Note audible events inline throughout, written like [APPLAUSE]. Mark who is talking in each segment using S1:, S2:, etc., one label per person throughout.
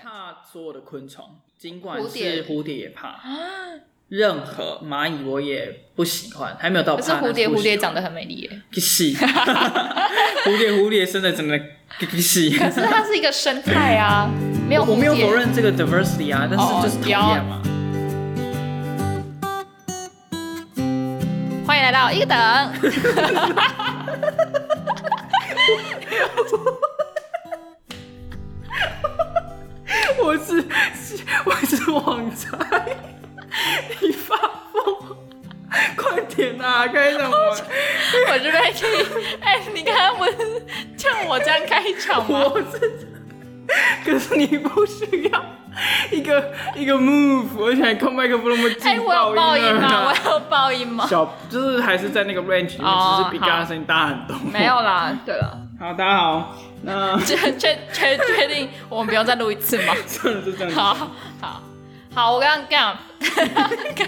S1: 怕所有的昆虫，尽管
S2: 蝴蝶
S1: 是蝴蝶也怕，
S2: 啊，
S1: 任何蚂蚁我也不喜欢，还没有到
S2: 可
S1: 怕。
S2: 是蝴蝶
S1: 但是不
S2: 蝴蝶
S1: 喜欢
S2: 长得很美丽耶，
S1: 个屁 [LAUGHS] 蝴蝶蝴蝶真的真的个个屁。
S2: 可是它是一个生态啊，没有
S1: 我没有
S2: 蝴蝶
S1: 否认这个 diversity 啊，但
S2: 哦
S1: 是就是讨厌嘛。
S2: 欢迎来到一个等。
S1: 我是
S2: [LAUGHS]
S1: 是我是网宅，你发疯，快点啊，开什么？
S2: 我这边可以，哎、你刚刚不是叫我这样开场吗？
S1: [LAUGHS] 我是，可是你不需要一个一个 move，而且还靠麦克风那么近，
S2: 哎、我有爆音
S1: [LAUGHS]
S2: 吗？
S1: 啊
S2: 我有爆音吗？
S1: 小就是还是在那个 range 里面，
S2: 哦
S1: 只是比刚刚声音大很多。
S2: 没有啦，对了，
S1: 好，大家好，那 [LAUGHS]
S2: 确确确确定我们不用再录一次吗？
S1: 算了，就这样子。
S2: 好好好，我刚刚讲，跟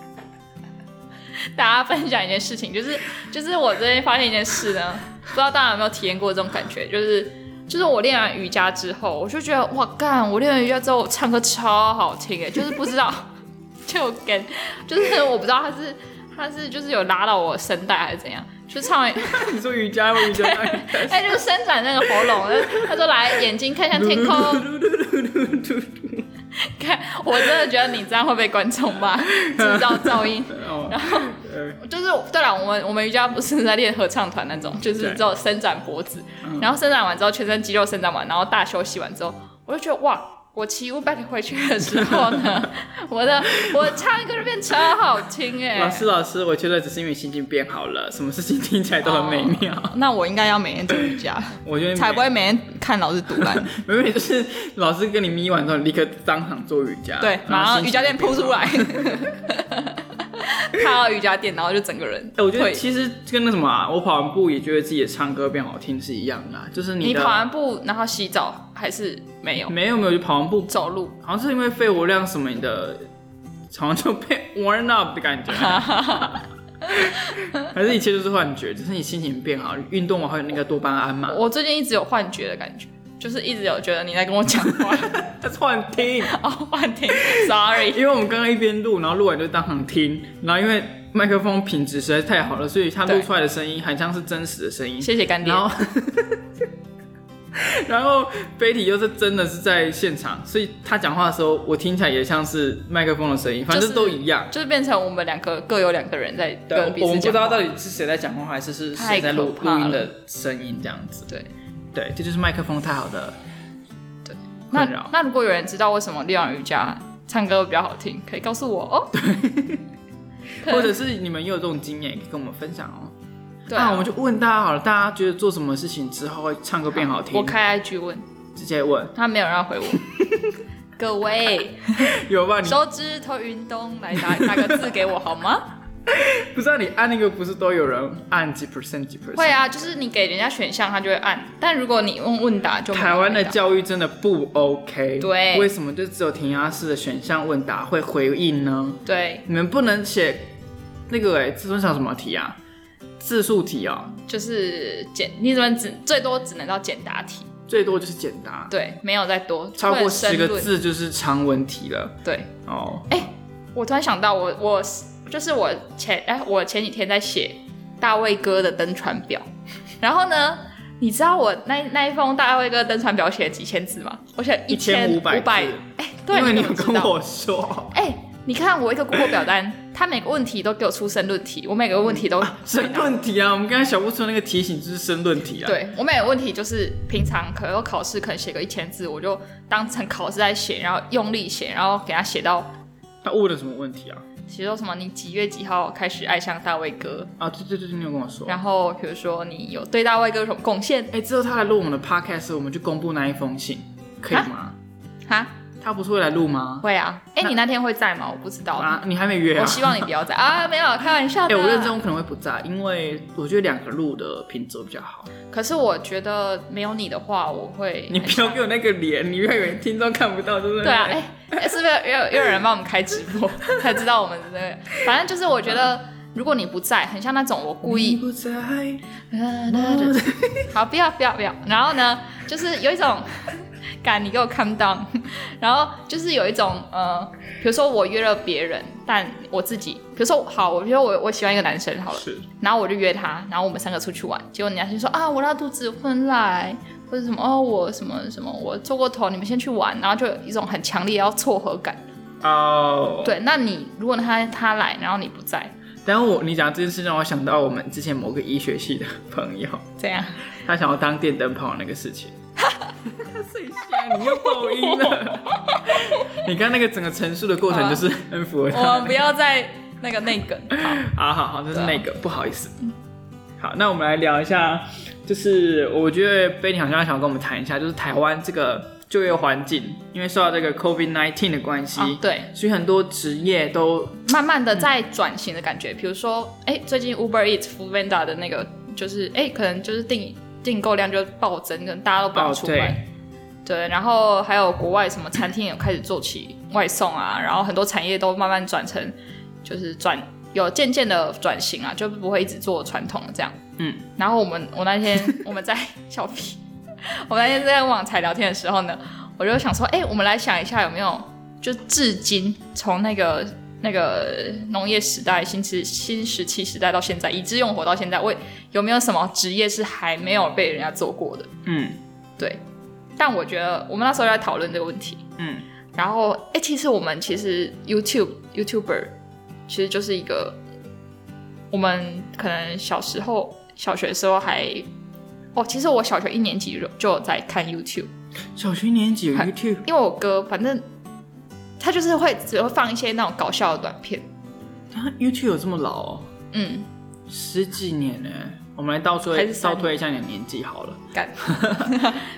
S2: [LAUGHS] 大家分享一件事情，就是就是我最近发现一件事呢，不知道大家有没有体验过这种感觉，就是就是我练完瑜伽之后，我就觉得哇干，我练完瑜伽之后我唱歌超好听哎，就是不知道 [LAUGHS] 就跟就是我不知道他是他是就是有拉到我声带还是怎样，就唱完。
S1: 你说瑜伽吗？瑜伽哪里开始？
S2: 哎，就是伸展那个喉 [LAUGHS] 咙，他说来眼睛看向天 [LAUGHS] 空，看，我真的觉得你这样会被观众骂，制造噪音。 [LAUGHS]
S1: 哦，呃
S2: 就是对了，我们我们瑜伽不是在练合唱团那种，就是
S1: 对
S2: 只有伸展脖子
S1: 嗯，
S2: 然后伸展完之后，全身肌肉伸展完，然后大休息完之后，我就觉得哇。我骑 u b 回去的时候呢，我 [LAUGHS] 的我唱歌就变超好听哎、
S1: 老师老师，我觉得只是因为心情变好了，什么事情听起来都很美妙。
S2: 那我应该要每天做瑜伽，
S1: 我觉得
S2: 哦才
S1: 美
S2: 不 [LAUGHS] 会每天看老师读烂。
S1: 没有，就是老师跟你眯完之后，你立刻当场做瑜伽，
S2: 对，马上瑜伽垫
S1: 垫
S2: 扑出。来，看到瑜伽垫，然后就整个人
S1: 哎、
S2: 退。
S1: 我觉得其实跟那什么、啊，我跑完步也觉得自己的唱歌变好听是一样的啊、就是
S2: 你
S1: 的嗯
S2: 跑完步然后洗澡还是没有
S1: 没有没有，就跑完步，
S2: 走路，
S1: 好像是因为肺活量什么你的，好像就被 warm up 的感觉， [LAUGHS] 还是一切就是幻觉，只是你心情变好，运动完会有那个多巴胺嘛，
S2: 我最近一直有幻觉的感觉，就是一直有觉得你在跟我讲
S1: [LAUGHS]
S2: 话，
S1: 它是幻听。
S2: 哦，幻听，sorry，
S1: 因为我们刚刚一边录，然后录完就当场听，然后因为麦克风品质实在太好了，所以它录
S2: 对
S1: 出来的声音很像是真实的声音。
S2: 谢谢干爹
S1: 然。后， [LAUGHS] 然后飞体又是真的是在现场，所以他讲话的时候，我听起来也像是麦克风的声音，反
S2: 就
S1: 正
S2: 是
S1: 都一样。
S2: 就是变成我们两个各有两个人在
S1: 对，
S2: 跟彼
S1: 我
S2: 此
S1: 们不
S2: 讲
S1: 知道
S2: 话
S1: 到，底是谁在讲话，还是是
S2: 太
S1: 谁在录
S2: 可怕
S1: 录
S2: 了
S1: 音的声音这样子。
S2: 对
S1: 对，这就是麦克风太好的
S2: 那
S1: 困扰。
S2: 那如果有人知道为什么练完瑜伽唱歌会比较好听，可以告诉我哦。 [LAUGHS]
S1: 或者是你们也有这种经验，也可以跟我们分享哦。
S2: 对啊
S1: 那我们就问大家好了，大家觉得做什么事情之后会唱歌变好听？
S2: 我开 IG 问
S1: 直接问，
S2: 他，没有人要回我。 [LAUGHS] 各位。
S1: 有吧？你
S2: 手指头运动，来打打个字给我好吗？
S1: 不知道你按那个不是都有人按几 percent 几 percent？
S2: [LAUGHS] 会啊，就是你给人家选项，他就会按。但如果你用问答，就没有
S1: 台湾的
S2: 回答
S1: 教育真的不 OK，
S2: 对
S1: 为什么就只有填鸭式的选项问答会回应呢？
S2: 对，
S1: 你们不能写那个哎、欸，自尊想什么题啊？字数题啊、
S2: 就是简，你怎么只最多只能到简答题，
S1: 最多就是简答，
S2: 对，没有再多，
S1: 超
S2: 不
S1: 过
S2: 能深
S1: 十个
S2: 论。
S1: 字就是长文题了
S2: 对，
S1: 哦。
S2: 我突然想到我，我就是我前哎，我前几天在写大卫哥的登船表，然后呢，你知道我那那一封大卫哥登船表写了几千字吗？我写一千五
S1: 1500
S2: 百
S1: 字，
S2: 哎，对，
S1: 因为你
S2: 怎
S1: 有
S2: 么知
S1: 跟
S2: 道
S1: 我说，
S2: 哎、你看我一个 Google 表单，它每个问题都给我出申论题，我每个问题
S1: 嗯
S2: 都、
S1: 申论题啊，我们刚才小布说那个提醒就是申论题啊。，
S2: 对我每个问题就是平常可能考试可能写个一千字，我就当成考试在写，然后用力写，然后给他写到
S1: 他问了什么问题啊？
S2: 写到什么你几月几号开始爱上大卫哥，
S1: 啊，对对对，对你有跟我说。
S2: 然后比如说你有对大卫哥有什么贡献
S1: 哎、之后他来录我们的 podcast，我们就公布那一封信，可
S2: 啊
S1: 以吗？
S2: 哈？
S1: 他不是会来录吗？
S2: 会啊，哎、
S1: 那
S2: 你那天会在吗？我不知道，
S1: 啊，你还没约啊？
S2: 我希望你不要在啊，没有开玩笑
S1: 哎、
S2: 的。
S1: 我认真，我可能会不在，因为我觉得两个录的品质比较好。
S2: 可是我觉得没有你的话，我会
S1: 你不要给我那个脸，你越以为听众看不到，就是
S2: 对啊，哎、哎是不是又又有人帮我们开直播才知道我们这个？反正就是我觉得，如果你不在，很像那种我故
S1: 你
S2: 意。呃
S1: 不在，嗯
S2: 好，不要不要不要。然后呢，就是有一种干你给我 calm down。然 [LAUGHS] 后就是有一种呃，比如说我约了别人，但我自己，比如说好，我觉得我我喜欢一个男生好了，
S1: 是
S2: 然后我就约他，然后我们三个出去玩，结果人家先说啊，我拉肚子，我不能来，或者什么哦，我什么什么，我做过头，你们先去玩，然后就有一种很强烈要撮合感。
S1: 哦。
S2: 对，那你如果他他来，然后你不在，
S1: 但我你讲这件事让我想到我们之前某个医学系的朋友，
S2: 这样？
S1: 他想要当电灯泡那个事情。最像你又爆音
S2: [LAUGHS]
S1: 了。你刚那个整个陈述的过程就是很符合
S2: [LAUGHS] 我
S1: 他
S2: 们不要再那个内梗。好
S1: 好好好，就是那个，不好意思。好，那我们来聊一下，就是我觉得 b e 好像想要跟我们谈一下，就是台湾这个就业环境，因为受到这个 COVID nineteen 的关系，
S2: 啊，对，
S1: 所以很多职业都
S2: 慢慢的在转型的感觉。比如说，哎、最近 Uber Eats、Foodpanda 的那个，就是哎、可能就是订订购量就暴增，可能大家都不想
S1: 哦
S2: 出门。
S1: 对，
S2: 对，然后还有国外什么餐厅也开始做起外送啊，然后很多产业都慢慢转成，就是转有渐渐的转型啊，就不会一直做传统的这样。
S1: 嗯，
S2: 然后我们我那天我们在小 P，我们那天在跟网才聊天的时候呢，我就想说，哎、我们来想一下有没有就至今从那个那个农业时代、新时新时期时代到现在，以致用火到现在，为有没有什么职业是还没有被人家做过的？
S1: 嗯
S2: 对，但我觉得我们那时候在讨论这个问题，
S1: 嗯，
S2: 然后哎、诶其实我们其实 [LAUGHS] YouTube YouTuber 其实就是一个我们可能小时候小学的时候还哦，其实我小学一年级就就有在看 YouTube，
S1: 小学一年级有 YouTube，
S2: 因为我哥反正他就是会只会放一些那种搞笑的短片，
S1: 啊，YouTube 有这么老哦，
S2: 嗯，
S1: 十几年呢。我们来倒
S2: 还
S1: 推
S2: 是三
S1: 倒
S2: 年
S1: 推一下你的年纪好了
S2: 干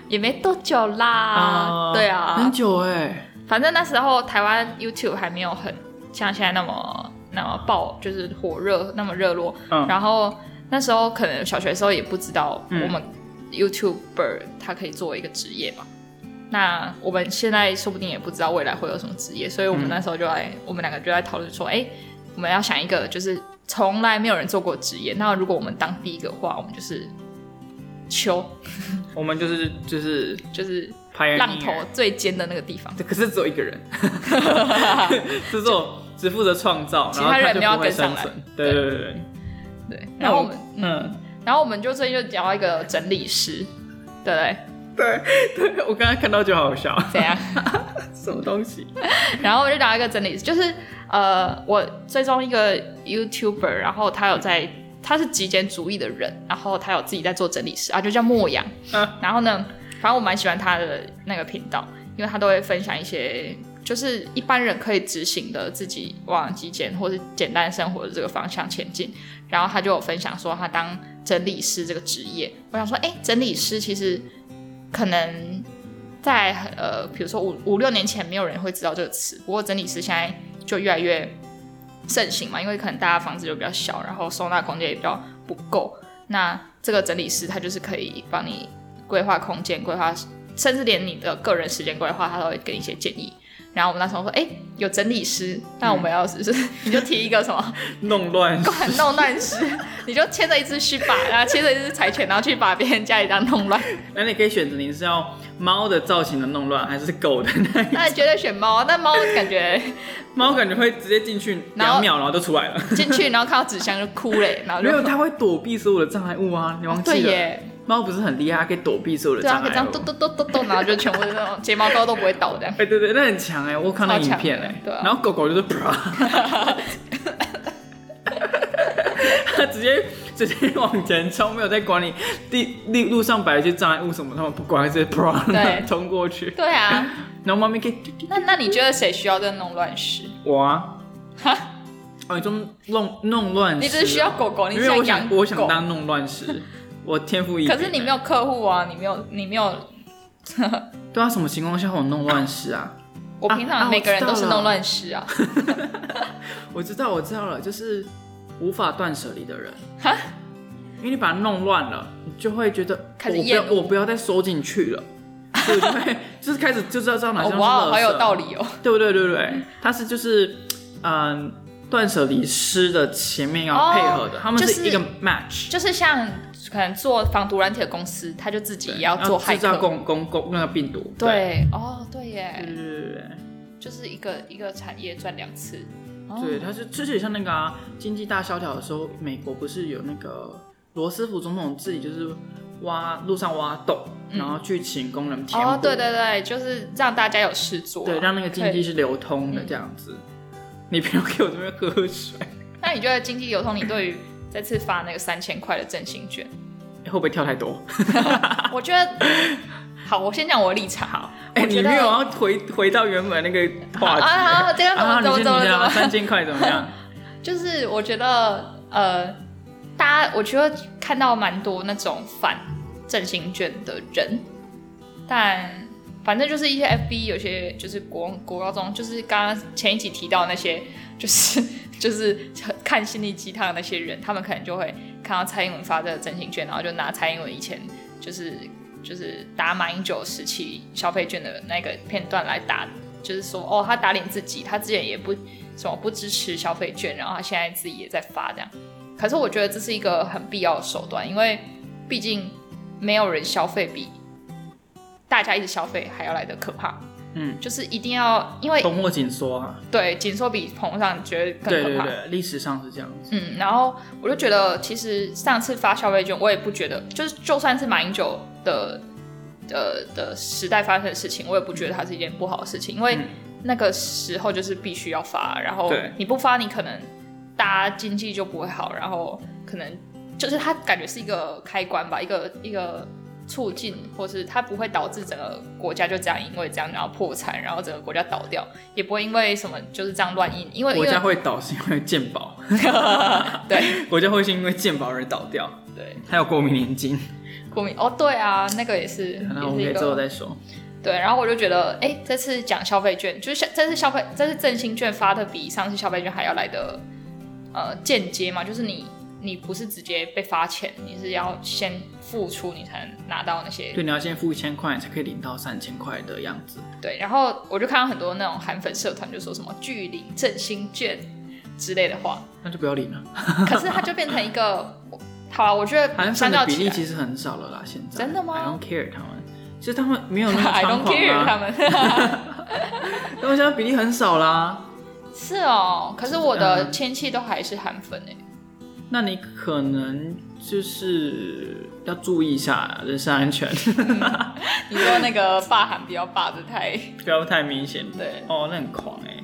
S2: 也没多久啦，对啊
S1: 很，久哎，
S2: 反正那时候台湾 YouTube 还没有很像现在那么那么爆，就是火热那么热络。
S1: 嗯
S2: 然后那时候可能小学的时候也不知道
S1: 嗯
S2: 我们 YouTuber 它可以作为一个职业嘛。那我们现在说不定也不知道未来会有什么职业，所以我们
S1: 嗯
S2: 那时候就来，我们两个就在讨论说，哎、我们要想一个就是从来没有人做过的职业。那如果我们当第一个的话，我们就是秋，
S1: 我们就是就是
S2: 就是
S1: 拍
S2: 浪头最尖的那个地
S1: [LAUGHS]
S2: 方。
S1: 可是只有一个人，只做只负责创造，
S2: 其
S1: 然后
S2: 他人
S1: 就
S2: 没有
S1: 不会
S2: 跟上
S1: 生
S2: 来
S1: 存。对对对对，
S2: 对，
S1: 那
S2: 然后
S1: 我
S2: 我们
S1: 嗯， [LAUGHS]
S2: 然后我们就最近就聊到一个整理师，对不对？
S1: 对我刚刚看到就好笑，
S2: 怎样？
S1: 什么东西？
S2: [LAUGHS] 然后我就聊一个整理师，就是呃，我追踪一个 YouTuber，然后他有在，他是极简主义的人，然后他有自己在做整理师啊，就叫莫阳。
S1: 嗯
S2: 然后呢，反正我蛮喜欢他的那个频道，因为他都会分享一些就是一般人可以执行的自己往极简或是简单生活的这个方向前进。然后他就有分享说他当整理师这个职业，我想说，哎，整理师其实可能在呃，比如说五五六年前没有人会知道这个词，不过整理师现在就越来越盛行嘛，因为可能大家房子就比较小，然后收纳空间也比较不够，那这个整理师他就是可以帮你规划空间、规划，甚至连你的个人时间规划，他都会给你一些建议。然后我们那时候说，哎，有整理师，那我们要是不是、 [LAUGHS] 你就提一个什么
S1: 弄乱
S2: 管弄乱师， [LAUGHS] 你就牵着一只须把，然后牵着一只柴犬，然后去把别人家里当弄乱。
S1: 那你可以选择你是要猫的造型的弄乱，还是狗的 [LAUGHS] 那一？
S2: 那绝对选猫，但猫感觉
S1: 猫感觉会直接进去
S2: 然
S1: 两
S2: 后
S1: 秒，然后就出来了。
S2: 进去然后看到纸箱就哭
S1: [LAUGHS]
S2: 嘞，然后
S1: 没
S2: 就
S1: 有，它会躲避所有的障碍物啊！你忘
S2: 对
S1: 记了？
S2: 耶，
S1: 猫不是很厉害，它可以躲避所有的
S2: 对啊，
S1: 障
S2: 可以这
S1: 碍
S2: 样咚
S1: 物。
S2: 咚咚咚咚，然后就全部是那种睫毛膏都不会倒这样。
S1: 哎，对对，那很强哎，我看到
S2: 超
S1: 影
S2: 强
S1: 片
S2: 的
S1: 哎
S2: 对啊，
S1: 然后狗
S2: [LAUGHS]
S1: 狗就是 [LAUGHS] 啪，它直接直接往前冲，没有在管你地地路上摆一些障碍物什么，它们不管，它直接 [LAUGHS] 啪
S2: 对
S1: 冲过去。
S2: 对啊，
S1: 然后猫咪可以
S2: 那那你觉得谁需要这弄乱师？
S1: 我啊，
S2: 哈，
S1: 哦，你说弄弄乱师哦，
S2: 你只是需要狗狗，你
S1: 因
S2: 只
S1: 为我
S2: 养
S1: 想
S2: 狗。
S1: 我想当弄乱师，我天赋异禀。欸
S2: 可是你没有客户啊，你没有，你没有。
S1: 对啊，什么情况下我弄乱师啊？
S2: 我平
S1: 啊
S2: 常每个人都是
S1: 我知道了
S2: 弄乱师啊，
S1: 我知道，我知道了，就是无法断舍离的人。
S2: 哈，
S1: 因为你把它弄乱了，你就会觉得
S2: 开
S1: 我
S2: 始
S1: 不
S2: 厌
S1: 要
S2: 恶
S1: 我不要再收进去了，所以我就会 [LAUGHS] 就是开始就知道知道哪
S2: 哦
S1: 些是垃圾啊
S2: 哇，好有道理哦。
S1: 对不对？对不对？它是就是嗯、断舍离师的前面要配合的，
S2: 哦
S1: 他们
S2: 就是
S1: 一个 match，
S2: 就是像可能做防毒软体的公司，他就自己也要做骇
S1: 制造
S2: 客。
S1: 攻攻攻那个病毒，
S2: 对，哦，对耶，
S1: 对对对对对。
S2: 就是一个一个产业赚两次。哦
S1: 对，它是就是也像那个啊，经济大萧条的时候，美国不是有那个罗斯福总统自己就是挖路上挖洞，
S2: 嗯
S1: 然后去请工人填补，
S2: 哦，对对对，就是让大家有事做。啊
S1: 对，让那个经
S2: 可以
S1: 济是流通的这样子。你不要给我这边喝水，
S2: 那你觉得经济流通，你对于这次发那个三千块的振
S1: [LAUGHS]
S2: 兴券，
S1: 会不会跳太多？
S2: 我觉得好，我先讲我的立场。好，
S1: 哎、
S2: 我
S1: 你
S2: 觉得
S1: 没有要回回到原本那个话题、
S2: 啊，好，这样怎么
S1: 啊，你
S2: 怎么
S1: 先你
S2: 怎么
S1: 先
S2: 怎
S1: 啊，
S2: 么？
S1: 三千块怎么样？
S2: [LAUGHS] 就是我觉得呃，大家我觉得看到蛮多那种反振兴券的人，但反正就是一些 FB 有些就是国国高中，就是刚刚前一集提到那些，就是 [LAUGHS] 就是看心灵鸡汤的那些人，他们可能就会看到蔡英文发这个振兴券，然后就拿蔡英文以前就是就是打马英九时期消费券的那个片段来打，就是说哦，他打脸自己，他之前也不什么不支持消费券，然后他现在自己也在发这样。可是我觉得这是一个很必要的手段，因为毕竟没有人消费比大家一直消费还要来的可怕。
S1: 嗯，
S2: 就是一定要因为
S1: 通货紧缩啊，
S2: 对紧缩比膨胀觉得更可怕。
S1: 对对对，历史上是这样子。
S2: 嗯，然后我就觉得，其实上次发消费券，我也不觉得，就是就算是马英九的的的时代发生的事情，我也不觉得它是一件不好的事情，因为
S1: 嗯
S2: 那个时候就是必须要发，然后
S1: 对
S2: 你不发，你可能大家经济就不会好，然后可能就是它感觉是一个开关吧，一个一个促进，或是它不会导致整个国家就这样因为这样然后破产，然后整个国家倒掉，也不会因为什么就是这样乱印，因为因
S1: 国
S2: 为
S1: 家会倒是因为鉴宝，
S2: 对。
S1: [LAUGHS] 国家会是因为鉴宝而倒掉，
S2: 对，
S1: 还有国民年金。
S2: 国民哦，对啊，那个也是，
S1: 那我
S2: 也
S1: 们
S2: 是
S1: 可
S2: 一
S1: 以之后
S2: 个
S1: 再说。
S2: 对。然后我就觉得，哎、这次讲消费券，就是消这次消费，这次振兴券发的比上次消费券还要来的呃间接嘛，就是你你不是直接被发钱，你是要先付出，你才能拿到那些
S1: 对，你要先付一千块，你才可以领到三千块的样子。
S2: 对，然后我就看到很多那种韩粉社团就说什么巨领振兴券之类的
S1: [LAUGHS]
S2: 话，
S1: 那就不要领了。
S2: 可是它就变成一个，好啊了，我觉得
S1: 韩
S2: 相
S1: 粉的
S2: 较
S1: 比
S2: 起
S1: 例
S2: 来
S1: 其实很少了啦，现在
S2: 真的吗
S1: ？I don't care 他们，其实他们没有那 [LAUGHS] 么
S2: [LAUGHS] ，I
S1: 猖
S2: don't
S1: 狂
S2: care 他
S1: 啊，
S2: 们。 [LAUGHS]
S1: 他们现在比例很少啦。
S2: 是哦，可是我的
S1: 嗯
S2: 亲戚都还是韩粉哎、
S1: 那你可能就是要注意一下人身安 [LAUGHS] 全，
S2: 你说那个霸韩不要霸的太
S1: 不要太明显。
S2: 对
S1: 哦，那很狂哎、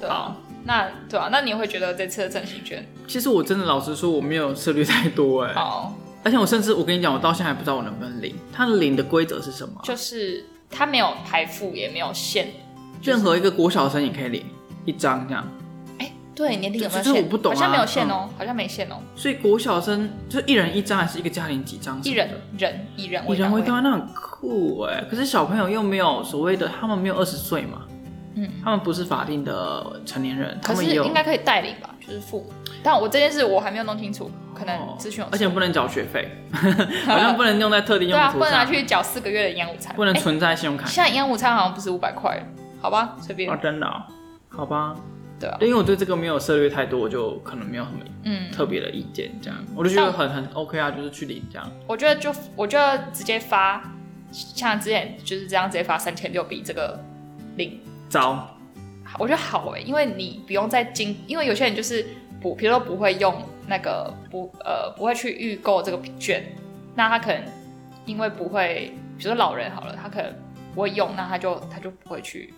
S2: 对啊，那对啊，那你会觉得这次的振兴券
S1: 其实我真的老实说，我没有涉猎太多哎、
S2: 好，
S1: 而且我甚至我跟你讲，我到现在还不知道我能不能领。它领的规则是什么啊？
S2: 就是它没有排付，也没有限，
S1: 任何一个国小生也可以领一张这样。
S2: 哎、对，年龄有没有
S1: 这这
S2: 限？
S1: 我不懂啊
S2: 好像没有限哦、好像没限哦、
S1: 所以国小生就一人一张，还是一个家庭几张？
S2: 一人人一人
S1: 一
S2: 为
S1: 人
S2: 单
S1: 会
S2: 位，
S1: 单位，那很酷哎。可是小朋友又没有所谓的，他们没有二十岁嘛，
S2: 嗯，
S1: 他们不是法定的成年人，他
S2: 可
S1: 们
S2: 是
S1: 也有哦
S2: 应该可以代领吧，就是父母。但我这件事我还没有弄清楚，可能
S1: 哦
S2: 咨询有
S1: 而且不能缴学费， [LAUGHS] 好像不能用在特定
S2: 对
S1: 用
S2: 啊，
S1: 途
S2: 不能拿
S1: 上，
S2: 去缴四个月的营养午餐，
S1: 不能
S2: 哎
S1: 存在信用卡。
S2: 现在营养午餐好像不是五百块了，好吧，随便
S1: 哦，，真的哦，好吧。
S2: 对啊，
S1: 因为我对这个没有涉略太多，我就可能没有什么
S2: 嗯。
S1: 特别的意见，这样我就觉得
S2: 但
S1: 很很 OK 啊，就是去领这样。
S2: 我觉得就我觉得直接发，像之前就是这样直接发三千六比这个零，
S1: 招
S2: 我觉得好哎、因为你不用再经，因为有些人就是不，比如说不会用那个不呃不会去预购这个券，那他可能因为不会，比如说老人好了，他可能不会用，那他就他就不会去。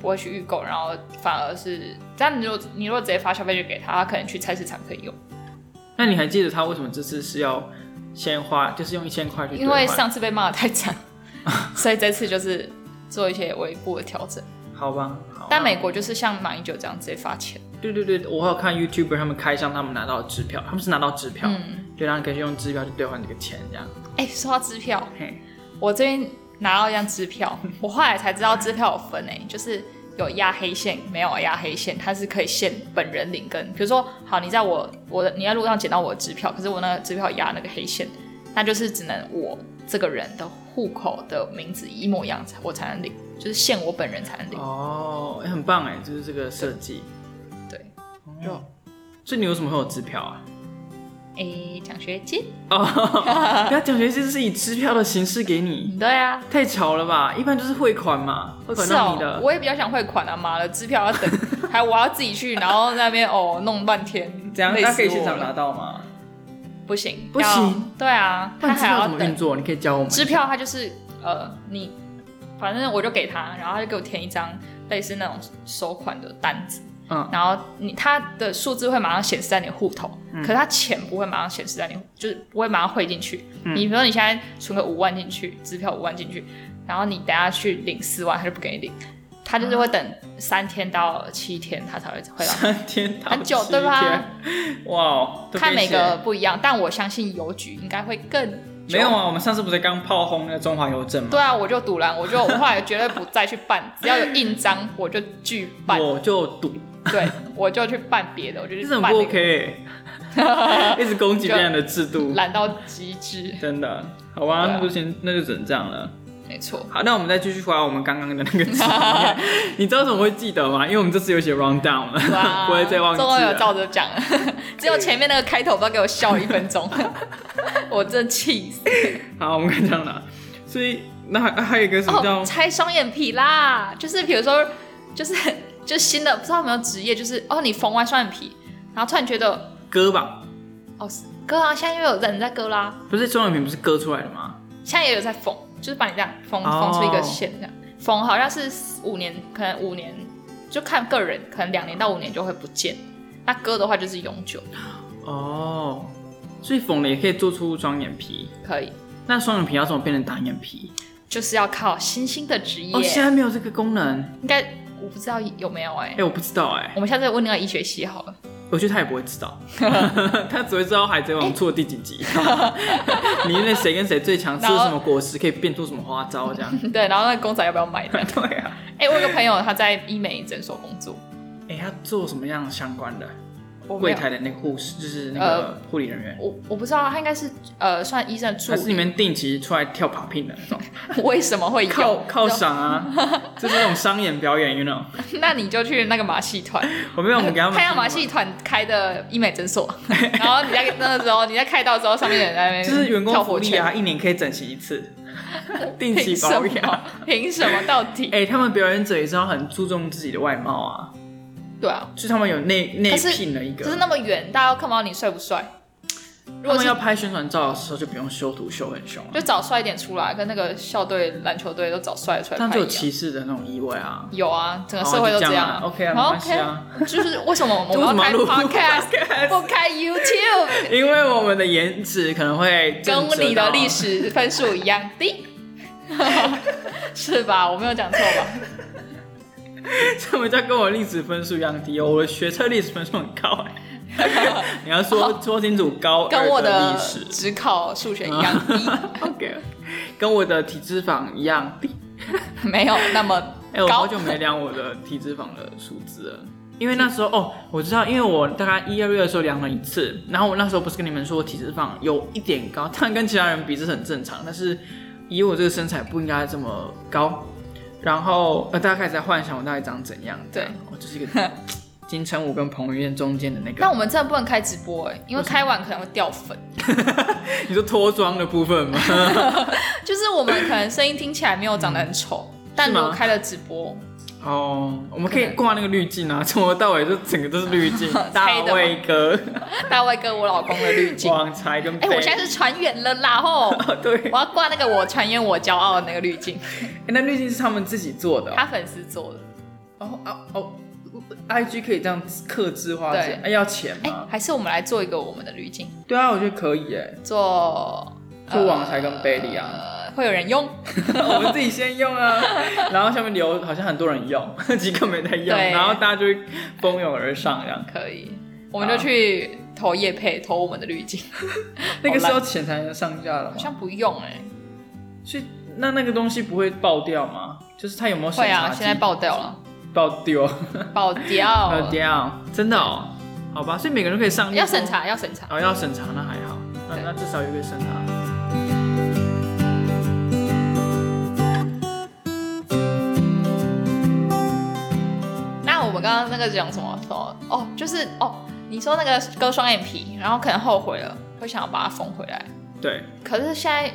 S2: 不会去预购，然后反而是这样。你如果你如果直接发消费券给他，他可能去菜市场可以用，
S1: 那你还记得他为什么这次是要先花，就是用一千块去兑
S2: 因
S1: 换？
S2: 为上次被骂的太惨，所以这次就是做一些微步的调整。
S1: 好吧，好啊
S2: 但美国就是像马英九这样直接发钱，
S1: 对对对，我有看 YouTuber 他们开箱，他们拿到的支票，他们是拿到支票，
S2: 嗯，
S1: 对，然后你可以用支票去兑换这个钱，这样。
S2: 哎、说到支票，
S1: 嘿，
S2: 我这边拿到一张支票，我后来才知道支票有分诶、就是有压黑线，没有压黑线，它是可以限本人领跟，比如说，好，你在我我的你在路上捡到我的支票，可是我那个支票压那个黑线，那就是只能我这个人的户口的名字一模一样，我才能领，
S1: 哦
S2: 就是限我本人才能领。
S1: 哦，哎很棒哎，就是这个设计。
S2: 对，
S1: 哦，
S2: 就
S1: 所以你为什么会有支票啊？
S2: 诶奖学金，啊
S1: 哦，那奖学金是以支票的形式给你，
S2: [LAUGHS] 对啊，
S1: 太巧了吧？一般就是汇款嘛，汇款
S2: 是
S1: 到
S2: 哦
S1: 你的。，
S2: 我也比较想汇款啊，妈的，支票要等，还我要自己去，然后在那边哦弄半天，
S1: 怎样？
S2: 累
S1: 大家可以
S2: 死
S1: 现
S2: 我
S1: 场
S2: 了
S1: 拿到吗？
S2: 不行，
S1: 不行
S2: 要，对啊，
S1: 那你
S2: 他
S1: 支
S2: 还
S1: 票
S2: 要
S1: 怎么运
S2: 等
S1: 作？你可以教我们。
S2: 支票，他就是呃，你反正我就给他，然后他就给我填一张类似那种收款的单子，
S1: 嗯，
S2: 然后你他的数字会马上显示在你的户头，
S1: 嗯
S2: 可是他钱不会马上显示在你，就是不会马上汇进去。
S1: 嗯
S2: 你比如说你现在存个五万进去，支票五万进去，然后你等下去领四万，他就不给你领，他就是会等三天到七天，他才会汇到。
S1: 三天到
S2: 很久
S1: 七
S2: 对吧
S1: 天？哇哦，都
S2: 看
S1: 被
S2: 每
S1: 写
S2: 个不一样，但我相信邮局应该会更久
S1: 没有啊，我们上次不是刚炮轰那个中华邮政吗？
S2: 对啊，我就赌烂，我就我后来绝对不再去办，只要有印章我就拒办，
S1: 我就赌，
S2: 对我就去办别的，我就去
S1: 这很
S2: 办
S1: 不
S2: 那
S1: OK，欸一直攻击别人的制度
S2: 个， [LAUGHS] 懒到极致，
S1: 真的。好吧，
S2: 对啊
S1: 那就先那就只能这样了。
S2: 没错，
S1: 好，那我们再继续回来我们刚刚的那个题
S2: [LAUGHS]
S1: 目，你知道怎么会记得吗？因为我们这次有写 round down
S2: [LAUGHS]
S1: 了，[LAUGHS]
S2: 哇，
S1: 不会再忘记
S2: 终于有
S1: 了。
S2: 照着
S1: [LAUGHS]
S2: 讲了，只有前面那个开头不知道给我笑了一分钟，我真气死。
S1: 好，我们看这样了。所以那还还有一个什么叫、
S2: 哦，拆双眼皮啦，就是比如说，就是就新的不知道有没有职业，就是哦，你缝完双眼皮，然后突然觉得
S1: 割吧？
S2: 哦割啊，现在又有人在割啦。
S1: 不是双眼皮不是割出来的吗？
S2: 现在也有在缝，就是把你这样缝
S1: 哦
S2: 缝出一个线这样，缝好像是五年，可能五年就看个人，可能两年到五年就会不见。那割的话就是永久，
S1: 哦，所以缝了也可以做出双眼皮。
S2: 可以，
S1: 那双眼皮要怎么变成单眼皮？
S2: 就是要靠新兴的职业，
S1: 哦，现在没有这个功能。
S2: 应该我不知道有没有哎、
S1: 哎、我不知道哎、
S2: 我们下次问那个医学系好了， [LAUGHS]
S1: 我觉得他也不会知道，他只会知道《海贼王》出了第几
S2: [LAUGHS]
S1: 集，你因为谁跟谁最强，吃
S2: 然后
S1: 了什么果实可以变出什么花招
S2: [LAUGHS]
S1: 这样。
S2: 对，然后那个公仔要不要买的？
S1: [LAUGHS] 对啊，
S2: 哎、我有个朋友他在医美诊所工作，
S1: 哎、他做什么样相关的？
S2: 我没
S1: 柜
S2: 有，呃
S1: 台的那个护士就是那个护理人员，
S2: 我我不知道他应该是呃算医生的助
S1: 还是
S2: 理，
S1: 你们定期出来跳 popping 的那
S2: [LAUGHS]
S1: 种？
S2: 为什么会有？
S1: 靠 [LAUGHS] 靠赏啊，就是那种商演表演，you know？
S2: [LAUGHS] 那你就去那个马戏团。
S1: 我没有，我们给他们
S2: 太阳马戏团开的医美诊所， [LAUGHS] 然后你在那个时候你在开刀之后，上面的人在那边
S1: [LAUGHS] 就是员工
S2: 跳
S1: 福
S2: 火
S1: 利
S2: 圈，
S1: 啊，一年可以整齐一
S2: [LAUGHS]
S1: 次，定期
S2: 凭什
S1: 保养。
S2: 么？凭什么？到底？
S1: [LAUGHS] 哎、他们表演者也是要很注重自己的外貌啊，
S2: 对啊，
S1: 就是他们有内内
S2: 可是
S1: 聘的一个，
S2: 就是那么远，大家都看不到你帅不帅。
S1: 他
S2: 如果
S1: 们要
S2: 是
S1: 拍宣传照的时候就不用修图修很凶了，啊
S2: 就找帅一点出来，跟那个校队、篮球队都找帅的出
S1: 这
S2: 来
S1: 样
S2: 拍
S1: 就
S2: 一
S1: 有
S2: 样。
S1: 歧视的那种意味啊。
S2: 有啊，整个呃社会都
S1: 哦就这
S2: 样
S1: 啊
S2: 啊。 [LAUGHS]
S1: ，OK 啊，没
S2: 好
S1: 关系啊。
S2: 就是为什么我
S1: 就为什
S2: 们
S1: 么
S2: 要
S1: 要
S2: 开
S1: 录
S2: podcast，
S1: podcast？
S2: 不
S1: [LAUGHS]
S2: 开 YouTube，
S1: 因为我们的颜值可能会震慑
S2: 跟你的
S1: 到
S2: 历，史分数一样低， [LAUGHS] 是吧？我没有讲
S1: [LAUGHS]
S2: 错吧？
S1: 什么叫跟我历史分数一样低哦？我的学测历史分数很高
S2: [LAUGHS]
S1: 哎、你要说说清楚高二
S2: 跟我
S1: 的
S2: 的
S1: 历
S2: [LAUGHS]
S1: 史
S2: 只考数学
S1: [LAUGHS]
S2: 一样低，
S1: ，OK，跟我的体脂肪一样低。
S2: 没有那么
S1: 哎、我
S2: 高
S1: 好久没量我的体脂肪的数字了，因为那时候哦，我知道，因为我大概一、二月的时候量了一次，然后我那时候不是跟你们说我体脂肪有一点高，当然跟其他人比这是很正常，但是以我这个身材不应该这么高。然后呃，大家开始在幻想我到底长怎样，
S2: 对
S1: 我、就是一
S2: [LAUGHS]
S1: 个金城武跟彭于晏中间的那
S2: 那
S1: 个，
S2: 我们真的不能开直播哎、因为开完可能会掉
S1: [LAUGHS]
S2: 粉。
S1: 你说脱妆的部分吗？ [LAUGHS]
S2: 就是我们可能声音听起来没有长得很丑，
S1: 嗯
S2: 但
S1: 是
S2: 如
S1: 吗
S2: 果开了直播，
S1: 哦，我们可以
S2: 可能
S1: 挂那个滤镜啊，从头到尾就整个都是滤
S2: [LAUGHS]
S1: 镜
S2: 黑的，
S1: 大
S2: 吗
S1: 卫
S2: [LAUGHS]
S1: 哥、
S2: 大卫哥我老公的滤镜，
S1: 网才跟
S2: 哎、我
S1: 贝
S2: 现在是船员了啦吼，
S1: [LAUGHS] 对，
S2: [LAUGHS] 我要挂那个我船员我骄傲的那个滤镜，
S1: 欸那滤镜是他们自己做的哦、
S2: 他粉丝做的。
S1: 哦哦哦，IG 可以这样刻字化
S2: 对
S1: 哎要钱
S2: 哎、
S1: 吗？
S2: 还是我们来做一个我们的滤镜，
S1: 对啊，我觉得可以哎，
S2: 做
S1: 做网才跟 Bailey 啊， [LAUGHS]
S2: 呃会有人用，
S1: 我们自己先用啊，然后下面留好像很多人用，几个没在用，
S2: 对
S1: 然后大家就会蜂拥而上这样。
S2: 可以，我们就去投叶配，投我们的滤镜，
S1: 那个是要钱才能上架的
S2: 好
S1: 吗？
S2: 像不用哎、
S1: 所以那那个东西不会爆掉吗？就是它有没有审
S2: 会
S1: 查
S2: 啊，
S1: 机
S2: 现在爆掉了，
S1: 爆丢
S2: 爆掉
S1: [LAUGHS] 爆
S2: 了，
S1: 掉，真的哦，好吧，所以每个人都可以上
S2: 要审查，要审查。
S1: 哦，要审查那还好，那
S2: 对
S1: 那至少有一个审查。
S2: 那我们刚刚那个讲什么什么哦，就是哦，你说那个割双眼皮，然后可能后悔了，会想要把它缝回来。
S1: 对，
S2: 可是现在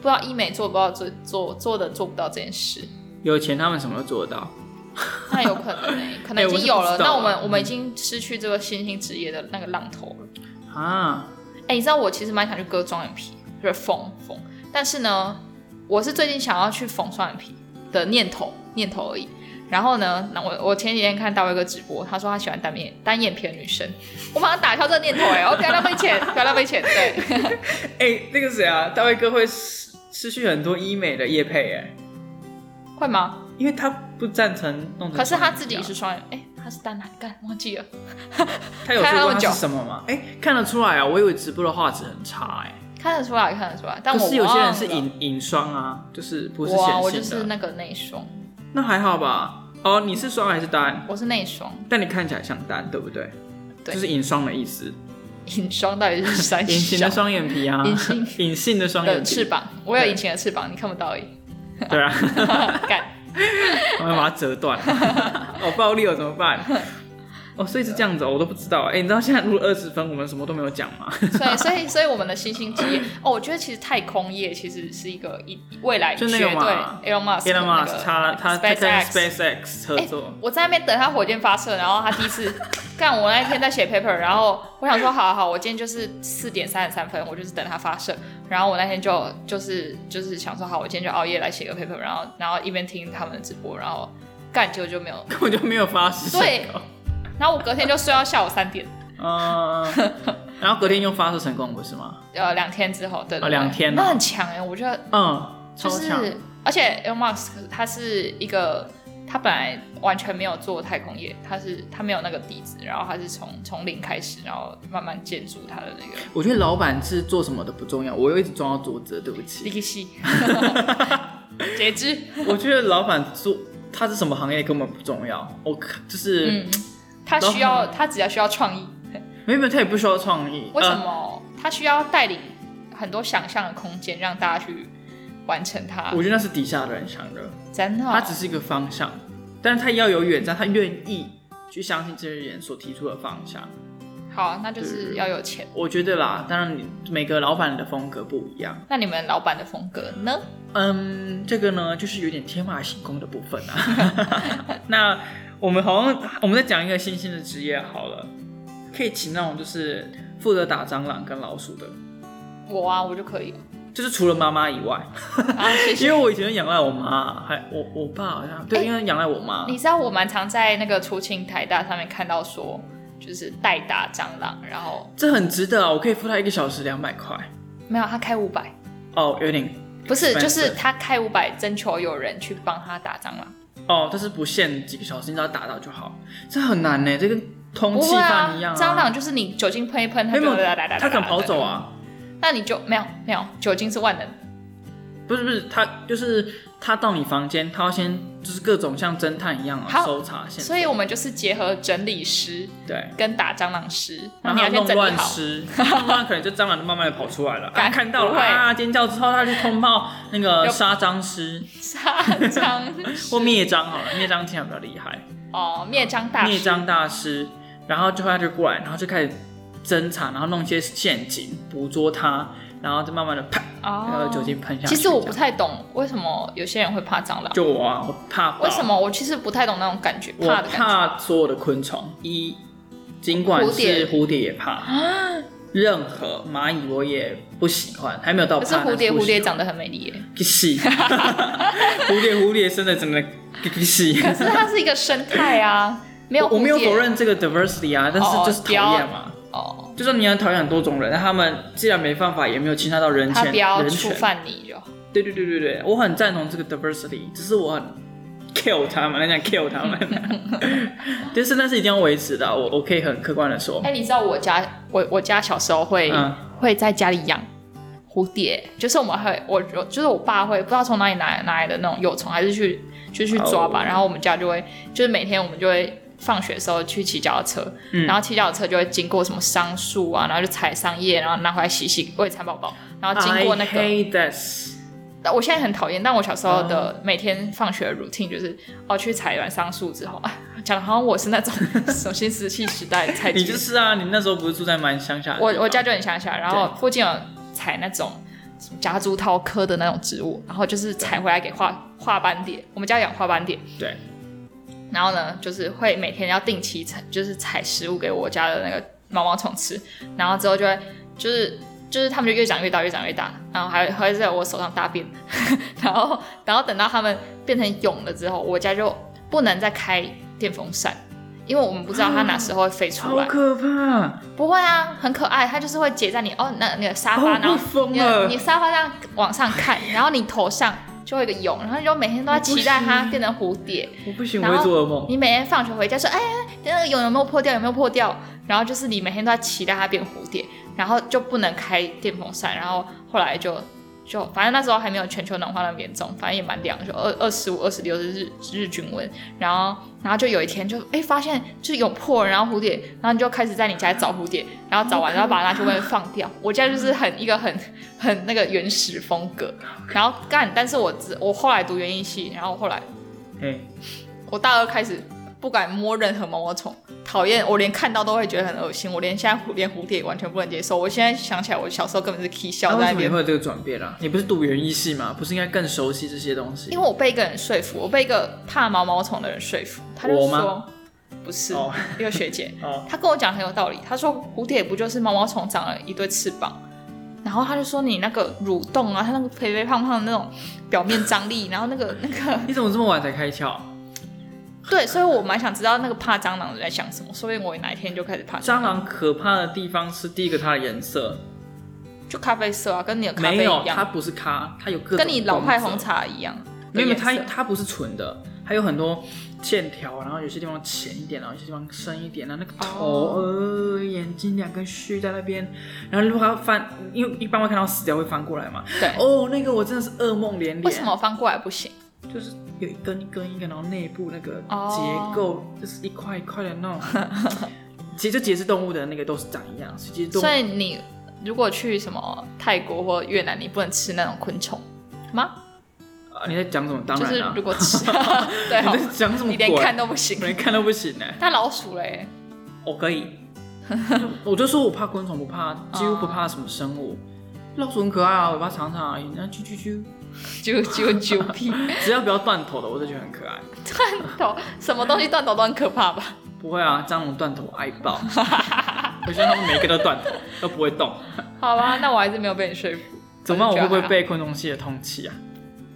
S2: 不知道医美做不到做做做的做不到这件事，
S1: 有钱他们什么都做得到。
S2: 那有可能、欸、可能
S1: 哎
S2: 已
S1: 我
S2: 经
S1: 是
S2: 有
S1: 不
S2: 了。
S1: 知道
S2: 那我
S1: 啊
S2: 们我们已经失去这个新兴职业的那个浪头了。
S1: 啊，
S2: 哎、你知道我其实蛮想去割双眼皮，就是缝缝，但是呢，我是最近想要去缝双眼皮的念头念头而已。然后呢，那我我前几天看大卫哥直播，他说他喜欢单眼单眼皮的女生，我马上打消这个念头、哎，我不要浪费
S1: [LAUGHS]
S2: 钱，不要浪费钱，对。
S1: 哎、那个谁啊，大卫哥会失失去很多医美的业配哎，
S2: 会吗？
S1: 因为他不赞成弄成。
S2: 可是他自己，是双眼，哎、他是单男干，忘记了，
S1: 他有说过
S2: 开那么
S1: 他
S2: 久
S1: 是什么吗？哎、看得出来啊，我以为直播的画质很差哎、
S2: 看得出来，看得出来。但
S1: 可
S2: 我
S1: 是有些人是
S2: 忘了
S1: 隐隐霜啊，就是不是
S2: 我啊，
S1: 显
S2: 我就
S1: 性
S2: 是
S1: 的。
S2: 那个内双，
S1: 那还好吧？哦，你是双还是单？
S2: 我是内双，
S1: 但你看起来像单，对不对？
S2: 对
S1: 就是隐霜的意思，
S2: [LAUGHS] 隐双到底是三
S1: 隐形的双眼皮啊，
S2: [LAUGHS] 隐形
S1: [LAUGHS] 隐性的双
S2: 的
S1: 眼皮，
S2: 翅膀，我有
S1: 对
S2: 隐形的翅膀，你看不到而已。 [LAUGHS]
S1: 对啊，
S2: 干，
S1: 我要把它折断。 [LAUGHS] 哦，暴力了怎么办？哦，所以是这样子哦、我都不知道。哎、你知道现在录二十分，我们什么都没有讲吗？
S2: 所以所以所以我们的新兴职业，哦，我觉得其实太空业其实是一个一未来绝
S1: 就
S2: 对
S1: 那个嘛
S2: Elon Musk 的
S1: Elon
S2: 那
S1: Musk
S2: 个
S1: 他他他跟
S2: SpaceX。哎
S1: SpaceX 合作，
S2: 我在那边等他火箭发射，然后他第一次 [LAUGHS] 干。我那一天在写 paper，然后我想说，好啊好好，我今天就是四点三十三分，我就是等他发射。然后我那天就就是就是想说，好，我今天就熬夜来写个 paper，然后然后一边听他们的直播，然后干，结果就没有。
S1: 根本就没有发射成
S2: 对
S1: 功。
S2: 然后我隔天就睡到下午三点，
S1: 嗯，然后隔天又发射成功，不是吗？
S2: 呃，两天之后，
S1: 哦
S2: 对对对
S1: 两天哦
S2: 那很强哎、我觉得
S1: 嗯，
S2: 就
S1: 超
S2: 是
S1: 强。，
S2: 而且 Elon Musk 他是一个，他本来完全没有做太空业，他是他没有那个底子，然后他是从从零开始，然后慢慢建筑他的那个
S1: 我觉得老板是做什么的不重要，我又一直装到桌子，对不起。
S2: 力气， [LAUGHS] 截肢，
S1: 我觉得老板做他是什么行业根本不重要，我看就是、
S2: 嗯，他需要他只要需要创意，
S1: 没有没有，他也不需要创意。
S2: 为什
S1: 呃
S2: 么、他需要带领很多想象的空间让大家去完成它？
S1: 呃我觉得那是底下的人想的，
S2: 真的哦、
S1: 他只是一个方向，但是他要有远瞻，他愿意去相信这些人所提出的方向。
S2: 好，那就是要有钱。
S1: 我觉得啦，当然你每个老板的风格不一样。
S2: 那你们老板的风格呢？
S1: 嗯，这个呢，就是有点天马行空的部分啊。那我们好像我们再讲一个新兴的职业好了，可以请那种就是负责打蟑螂跟老鼠的，
S2: 我啊，我就可以了。
S1: 就是除了妈妈以外，
S2: [LAUGHS] 啊，谢谢
S1: 因为。我以前养赖我妈，还我我爸好像对，因为养赖我妈。
S2: 你知道我蛮常在那个出清台大上面看到说，就是代打蟑螂，然后
S1: 这很值得啊！我可以付他一个小时两百块
S2: 没有他开五百，
S1: 哦，有点
S2: 不是
S1: Expensive
S2: 就是他开五百征求有人去帮他打蟑螂，
S1: 哦，但是不限几个小时，你只要打到就好。这很难呢，这跟通
S2: 不
S1: 气
S2: 会
S1: 犯
S2: 啊
S1: 一样，哎
S2: 蟑螂就是你酒精喷一喷，它
S1: 没有
S2: 就打打打，
S1: 他敢跑走，啊？
S2: 那你就没有没有酒精是万能，
S1: 不是不是，他就是他到你房间，他要先就是各种像侦探一样啊，
S2: 好
S1: 搜查线索，
S2: 所以我们就是结合整理师
S1: 对，
S2: 跟打蟑螂师，那
S1: 然
S2: 你
S1: 后
S2: 要先
S1: 弄
S2: 整理
S1: 乱
S2: 好， [LAUGHS]
S1: 尸，弄乱可能就蟑螂就慢慢的跑出来了，啊
S2: 敢
S1: 看到了
S2: 不会
S1: 啊，尖叫之后他就通报那个
S2: 要
S1: 杀蟑师
S2: 杀
S1: [LAUGHS]
S2: 蟑
S1: 或灭蟑好了，灭蟑听起来比较厉害，
S2: 哦灭蟑大
S1: 灭
S2: 师，
S1: 蟑大师，然后就他就过来，然后就开始侦查，然后弄一些陷阱捕捉他，然后就慢慢的啪，那
S2: 哦
S1: 个酒精喷下去。
S2: 其实我不
S1: 这样
S2: 太懂为什么有些人会怕蟑螂。
S1: 就我啊，我怕爆
S2: 为什？么我其实不太懂那种感觉，
S1: 我
S2: 怕的感觉。
S1: 怕所有的昆虫，一尽管
S2: 蝴蝶
S1: 是蝴蝶也怕，任何蚂蚁我也不喜欢，还没有到
S2: 可
S1: 怕。
S2: 是蝴蝶，
S1: 但
S2: 蝴
S1: 不喜
S2: 蝶
S1: 欢
S2: 长得很美丽耶，
S1: [LAUGHS] 屁 [LAUGHS] 蝴蝶蝴蝶真的真的屁
S2: 可是它是一个生态
S1: [LAUGHS]
S2: 啊，没有
S1: 我我没有
S2: 蝴蝶
S1: 否认这个 diversity 啊，但是
S2: 哦
S1: 就是讨厌嘛。
S2: 哦，
S1: 就算你很讨厌很多种人，但他们既然没办法，也没有侵害到人
S2: 它
S1: 权，
S2: 不要
S1: 人
S2: 触
S1: 权。
S2: 犯你就好。
S1: 对对对对对，我很赞同这个 diversity，只是我很 kill 他们，人家 kill 他们，
S2: [LAUGHS]
S1: 就是那是一定要维持的啊、我我可以很客观的说，
S2: 哎，你知道我家我我家小时候会
S1: 嗯，
S2: 会在家里养蝴蝶，就是我们会我我就是我爸会不知道从哪里拿拿来的那种幼虫，还是去就去抓吧。
S1: 哦
S2: 然后我们家就会就是每天我们就会放学的时候去骑脚踏车，
S1: 嗯
S2: 然后骑脚踏车就会经过什么桑树啊，然后就采桑叶，然后拿回来洗洗喂蚕宝宝，然后啊经过那
S1: I
S2: 个。
S1: hate this，
S2: 但我
S1: 嗯
S2: 现在很讨厌，但我小时候的每天放学的 routine 就是，哦，去采完桑树之后，啊， [LAUGHS] 讲得好像我是那
S1: [LAUGHS]
S2: 种什么新石器时代才
S1: 你就是啊，你那时候不是住在蛮乡下的地
S2: 我
S1: 方？
S2: 我家就很乡下，然后附近有采那种什么夹竹桃科的那种植物，然后就是采回来给画画斑蝶。我们家养花斑蝶，
S1: 对，
S2: 然后呢，就是会每天要定期采，就是采食物给我家的那个毛毛虫吃，然后之后就会就是。就是它们就越长越大，越长越大，然后还还会在我手上大便， [LAUGHS] 然后然后等到它们变成蛹了之后，我家就不能再开电风扇，因为我们不知道它哪时候会飞出
S1: 好。
S2: 来
S1: 哦可怕，
S2: 不会啊，很可爱，它就是会结在你哦那那个沙
S1: 好
S2: 发，然
S1: 会
S2: 后
S1: 疯啊
S2: 你
S1: 了
S2: 的你，沙发上往上看，然后你头上就会有一个蛹，然后你就每天都在期待
S1: 我不
S2: 它
S1: 行
S2: 变成蝴蝶。
S1: 我不行，我
S2: 然后
S1: 会做噩梦。
S2: 你每天放学回家说，哎，那个蛹有没有破掉？有没有破掉？然后就是你每天都在期待它变蝴蝶，然后就不能开电风扇，然后后来就就反正那时候还没有全球暖化那么严重，反正也蛮凉，就二二十五、二十六是日日均温。然后然后就有一天就哎发现就是有破，然后蝴蝶，然后你就开始在你家找蝴蝶，然后找完然后把它拿去外面放掉。我家就是很一个很 [LAUGHS] 很那个原始风格，然后干，但是我只我后来读园艺系，然后后来。
S1: 哎，
S2: 我大二开始不敢摸任何毛毛虫，讨厌，我连看到都会觉得很恶心，我连现在蝴连蝴蝶也完全不能接受。我现在想起来，我小时候根本是 K
S1: 那
S2: 笑
S1: 为
S2: 在
S1: 什么
S2: 那
S1: 你
S2: 边，
S1: 会有这个转变啊？你不是读园艺系吗？不是应该更熟悉这些东西？
S2: 因为我被一个人说服，我被一个怕毛毛虫的人说服，他就
S1: 我
S2: 说
S1: 吗
S2: 不是，
S1: 哦
S2: 一个学姐，
S1: 哦，
S2: 她跟我讲很有道理，她说蝴蝶不就是毛毛虫长了一对翅膀。然后她就说你那个蠕动啊，它那个肥肥胖胖的那种表面张力，然后那个那个
S1: 你怎么这么晚才开窍？
S2: 对，所以我蛮想知道那个怕蟑螂的在想什么，说不定我哪一天就开始怕
S1: 蟑螂可怕的地方是第一个它的颜色，
S2: 就咖啡色啊，跟你的咖啡
S1: 没有
S2: 一
S1: 它
S2: 样，
S1: 不是咖，它有各种
S2: 跟你老派红
S1: 光泽，
S2: 茶一样。
S1: 没有没有它
S2: 的颜色
S1: 它不是纯的，它有很多线条，然后有些地方浅一点，然后有些地方深一点，然后那个头、呃眼睛两根须在那边，然后如果它翻，因为一般会看到死掉会翻过来嘛，
S2: 对，
S1: 哦那个我真的是噩梦连连，
S2: 为什么翻过来不行？
S1: 就是有一根一根一根，然后内部那个
S2: 哦
S1: 结构就是一块一块的那种。 [LAUGHS] 其实就节肢动物的那个都是长一样，节肢动物
S2: 所以你如果去什么泰国或越南，你不能吃那种昆虫吗？
S1: 啊你在讲什么？当
S2: 就是
S1: 然啦、
S2: 如果吃， [LAUGHS] 对
S1: 你 [LAUGHS]
S2: 哦，
S1: 在讲什么
S2: 你连
S1: 鬼
S2: 看都不行
S1: 我。连看都不行呢、
S2: 那老鼠嘞？
S1: 我可
S2: [LAUGHS]
S1: 以，我就说我怕昆虫，不怕，几乎不怕什么生物。老鼠很可爱啊，尾巴长长而已，那啾啾啾，
S2: [LAUGHS] 就就就 [LAUGHS] 屁
S1: 只要不要断头的，我就觉得很可爱。
S2: 断头，什么东西断头都很可怕吧？
S1: 不会啊，蟑螂断头爱
S2: [LAUGHS]
S1: 爆，我觉得它们每一个都断头，都不会动。
S2: 好吧，那我还是没有被你说服。
S1: 怎么办？我会不会
S2: 就觉得还好？
S1: 被昆虫系的通气啊？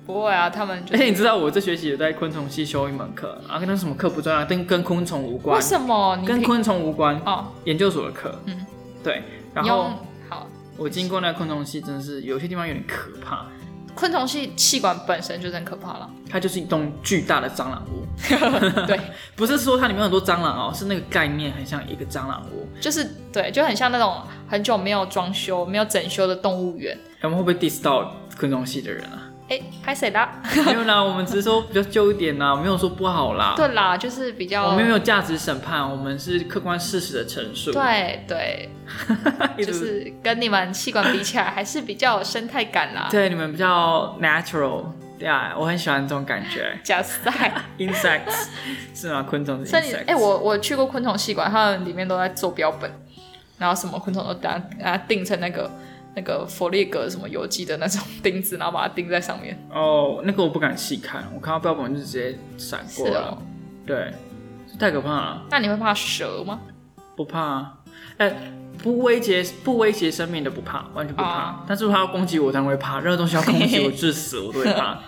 S2: 不会啊，他们
S1: [LAUGHS]
S2: 就
S1: 而且哎你
S2: 是。
S1: 知道我这学期也在昆虫系修一门课啊，跟那什么课不重要，跟跟昆虫无关
S2: 为，什么你
S1: 跟
S2: 可以
S1: 昆虫无关，
S2: 哦？
S1: 研究所的课。
S2: 嗯，
S1: 对。然
S2: 你
S1: 后
S2: 用好，
S1: 我经过那昆虫系，真的是有些地方有点可怕，
S2: 昆虫系气管本身就是很可怕了。
S1: 它就是一栋巨大的蟑螂屋。
S2: 对，
S1: 不是说它里面有很多蟑螂哦，是那个概念很像一个蟑螂屋。
S2: 就是对，就很像那种很久没有装修、没有整修的动物园。
S1: 我们会不会 diss 到昆虫系的人
S2: [LAUGHS]
S1: 啊？
S2: 哎，拍谁啦？
S1: 没有啦，我们只是说比较旧一点啊啦，没有说不好啦。
S2: 对啊啦，就是比
S1: 我
S2: 较
S1: 哦们没有价值审判，我们是客观事实的陈述。
S2: 对对，
S1: [LAUGHS] 一直
S2: 就是跟你们气管
S1: [LAUGHS]
S2: 比起来，还是比较有生态感啦。
S1: 对，你们比较 natural，对啊，我很喜欢这种感觉。[LAUGHS]
S2: 假赛， [LAUGHS]
S1: Insects 是吗？昆虫是
S2: 所以你
S1: insects。
S2: 哎，我我去过昆虫系馆，他们里面都在做标本，然后什么昆虫都打啊钉成那个那个佛列格什么游记的那种钉子，然后把它钉在上面。
S1: 哦，那个我不敢细看，我看到标本就直接闪
S2: 是
S1: 过了。
S2: 哦，
S1: 对，太可怕了，
S2: 那你会怕蛇吗？
S1: 不怕、啊。哎、不威胁不威胁生命的不怕，完全不怕。
S2: 啊
S1: 但是它要攻击我，当然会怕。任何东西要攻击我致死，我都会
S2: [LAUGHS]
S1: 怕。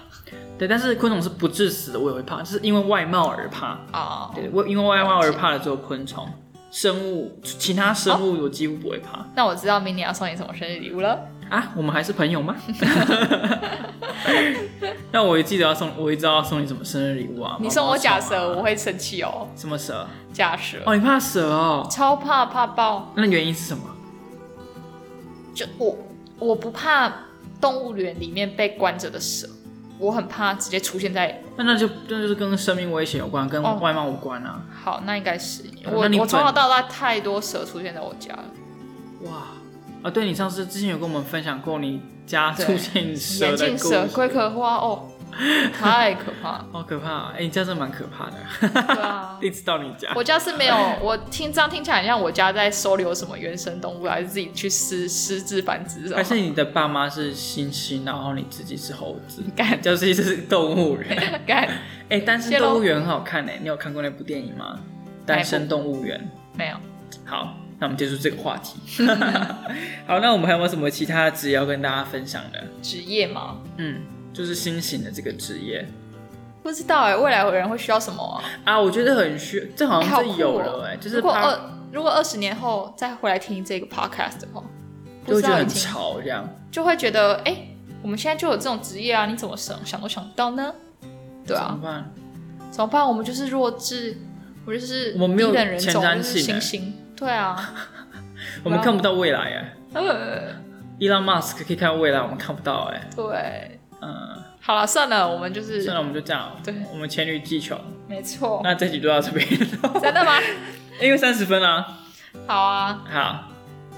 S1: 对，但是昆虫是不致死的，我也会怕，是因为外貌而怕。
S2: 啊、
S1: 对，我因为外貌而怕的只有昆虫、生物，其他生物我几乎不会怕。
S2: 那我知道明年要送你什么生日礼物了。
S1: 啊，我们还是朋友吗？ [LAUGHS] 那我也记得要送，我也知道要送你什么生日礼物啊。
S2: 你送我假
S1: 毛
S2: 蛇，我
S1: 毛虫啊
S2: 会生气哦。
S1: 什么蛇？
S2: 假蛇，
S1: 哦，你怕蛇哦？
S2: 超怕怕爆，
S1: 那原因是什么？
S2: 就我我不怕动物园里面被关着的蛇，我很怕直接出现在。
S1: 那那就那就是跟生命危险有关，跟
S2: 哦
S1: 外貌无关啊。
S2: 好，那应该是
S1: 哦那
S2: 我
S1: 你
S2: 我
S1: 本
S2: 从小到大太多蛇出现在我家了，
S1: 哇啊，对你上次之前有跟我们分享过你家
S2: 对
S1: 出现蛇
S2: 眼
S1: 的
S2: 镜
S1: 故
S2: 蛇、龟
S1: 事， [LAUGHS]
S2: 壳花哦，太可怕了。
S1: 好可怕！哎、你家真的蛮可怕
S2: [LAUGHS]
S1: 的，
S2: 对啊，
S1: 一直到你家。
S2: 我家是没有，我听这样听起来很像我家在收留什么原生动物，还是自己去私私自繁殖什
S1: 而
S2: 么？
S1: 且你的爸妈是猩猩，然后你自己是猴子，
S2: 干
S1: 就是一只动物人。
S2: [LAUGHS] 干
S1: 哎、单身
S2: 谢喽
S1: 动物园很好看哎、你有看过那部电影吗？单身动物园。
S2: 没有，
S1: 好，那我们结束这个话题。 [LAUGHS] 好，那我们还有没有什么其他的职业要跟大家分享的？
S2: 职业嘛，
S1: 嗯，就是新型的这个职业
S2: 不知道哎、未来有人会需要什么啊？
S1: 啊，我觉得很需，这好
S2: 哎好
S1: 像
S2: 酷
S1: 是有
S2: 哦
S1: 了哎、就是
S2: 如果
S1: 它
S2: 二如果二十年后再回来听这个 podcast 的话，不
S1: 就会觉
S2: 知
S1: 得
S2: 道已
S1: 很
S2: 经
S1: 潮这样。
S2: 就会觉得，哎、我们现在就有这种职业啊，你怎么想想都想不到呢？对
S1: 怎
S2: 啊
S1: 么，办？
S2: 怎么办？我们就是弱智，我就是
S1: 我们没有
S2: 低等人种，
S1: 前瞻
S2: 我就是
S1: 性欸
S2: 星星。对啊，
S1: 我们看不到未来哎、
S2: 呃，
S1: Elon Musk 可以看到未来，我们看不到哎、
S2: 对，
S1: 嗯，
S2: 好了，算了，我们就是
S1: 算了，我们就这样。
S2: 对
S1: 我们黔驴技穷。
S2: 没错，
S1: 那这集就到这边， [LAUGHS]
S2: 真的吗？
S1: 因为三十分啦、
S2: 好啊，
S1: 好，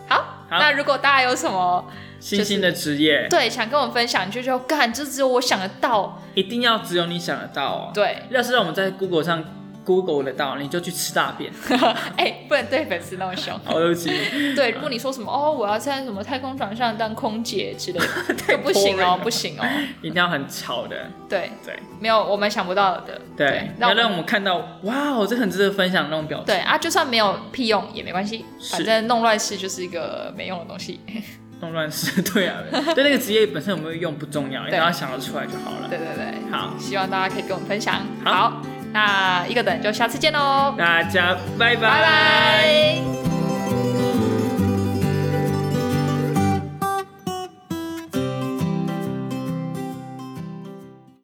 S2: 好。
S1: 好哎
S2: 那如果大家有什么
S1: 新兴的职业、
S2: 对想跟我们分享，就就干，这只有我想得到。
S1: 一定要只有你想得到哦。，
S2: 对，
S1: 要是让我们在 Google 上 Google 得到，你就去吃大便。
S2: 哎、不能对粉丝那么凶。
S1: 好，对不起，
S2: 对，如果你说什么哦，我要在什么太空船上当空姐之
S1: [LAUGHS]
S2: 类的，就不行
S1: boring
S2: 哦
S1: 了，
S2: 不行哦。
S1: 一定要很吵的。
S2: 对，
S1: 对
S2: 没有我们想不到的。
S1: 对，
S2: 那
S1: 要
S2: 我
S1: 让
S2: 们
S1: 我们看到，哇哦，这很值得分享那种表情。
S2: 对啊，就算没有屁用也没关系，
S1: 是
S2: 反正弄乱世就是一个没用的东西。 [LAUGHS]
S1: 弄乱世，对啊，对那个职业本身有没有用不重要，你只
S2: 对
S1: 要想得出来就好了。
S2: 对对对，
S1: 好，
S2: 希望大家可以跟我们分享。
S1: 好
S2: 好，那一个等就下次见喽，
S1: 大家拜
S2: 拜拜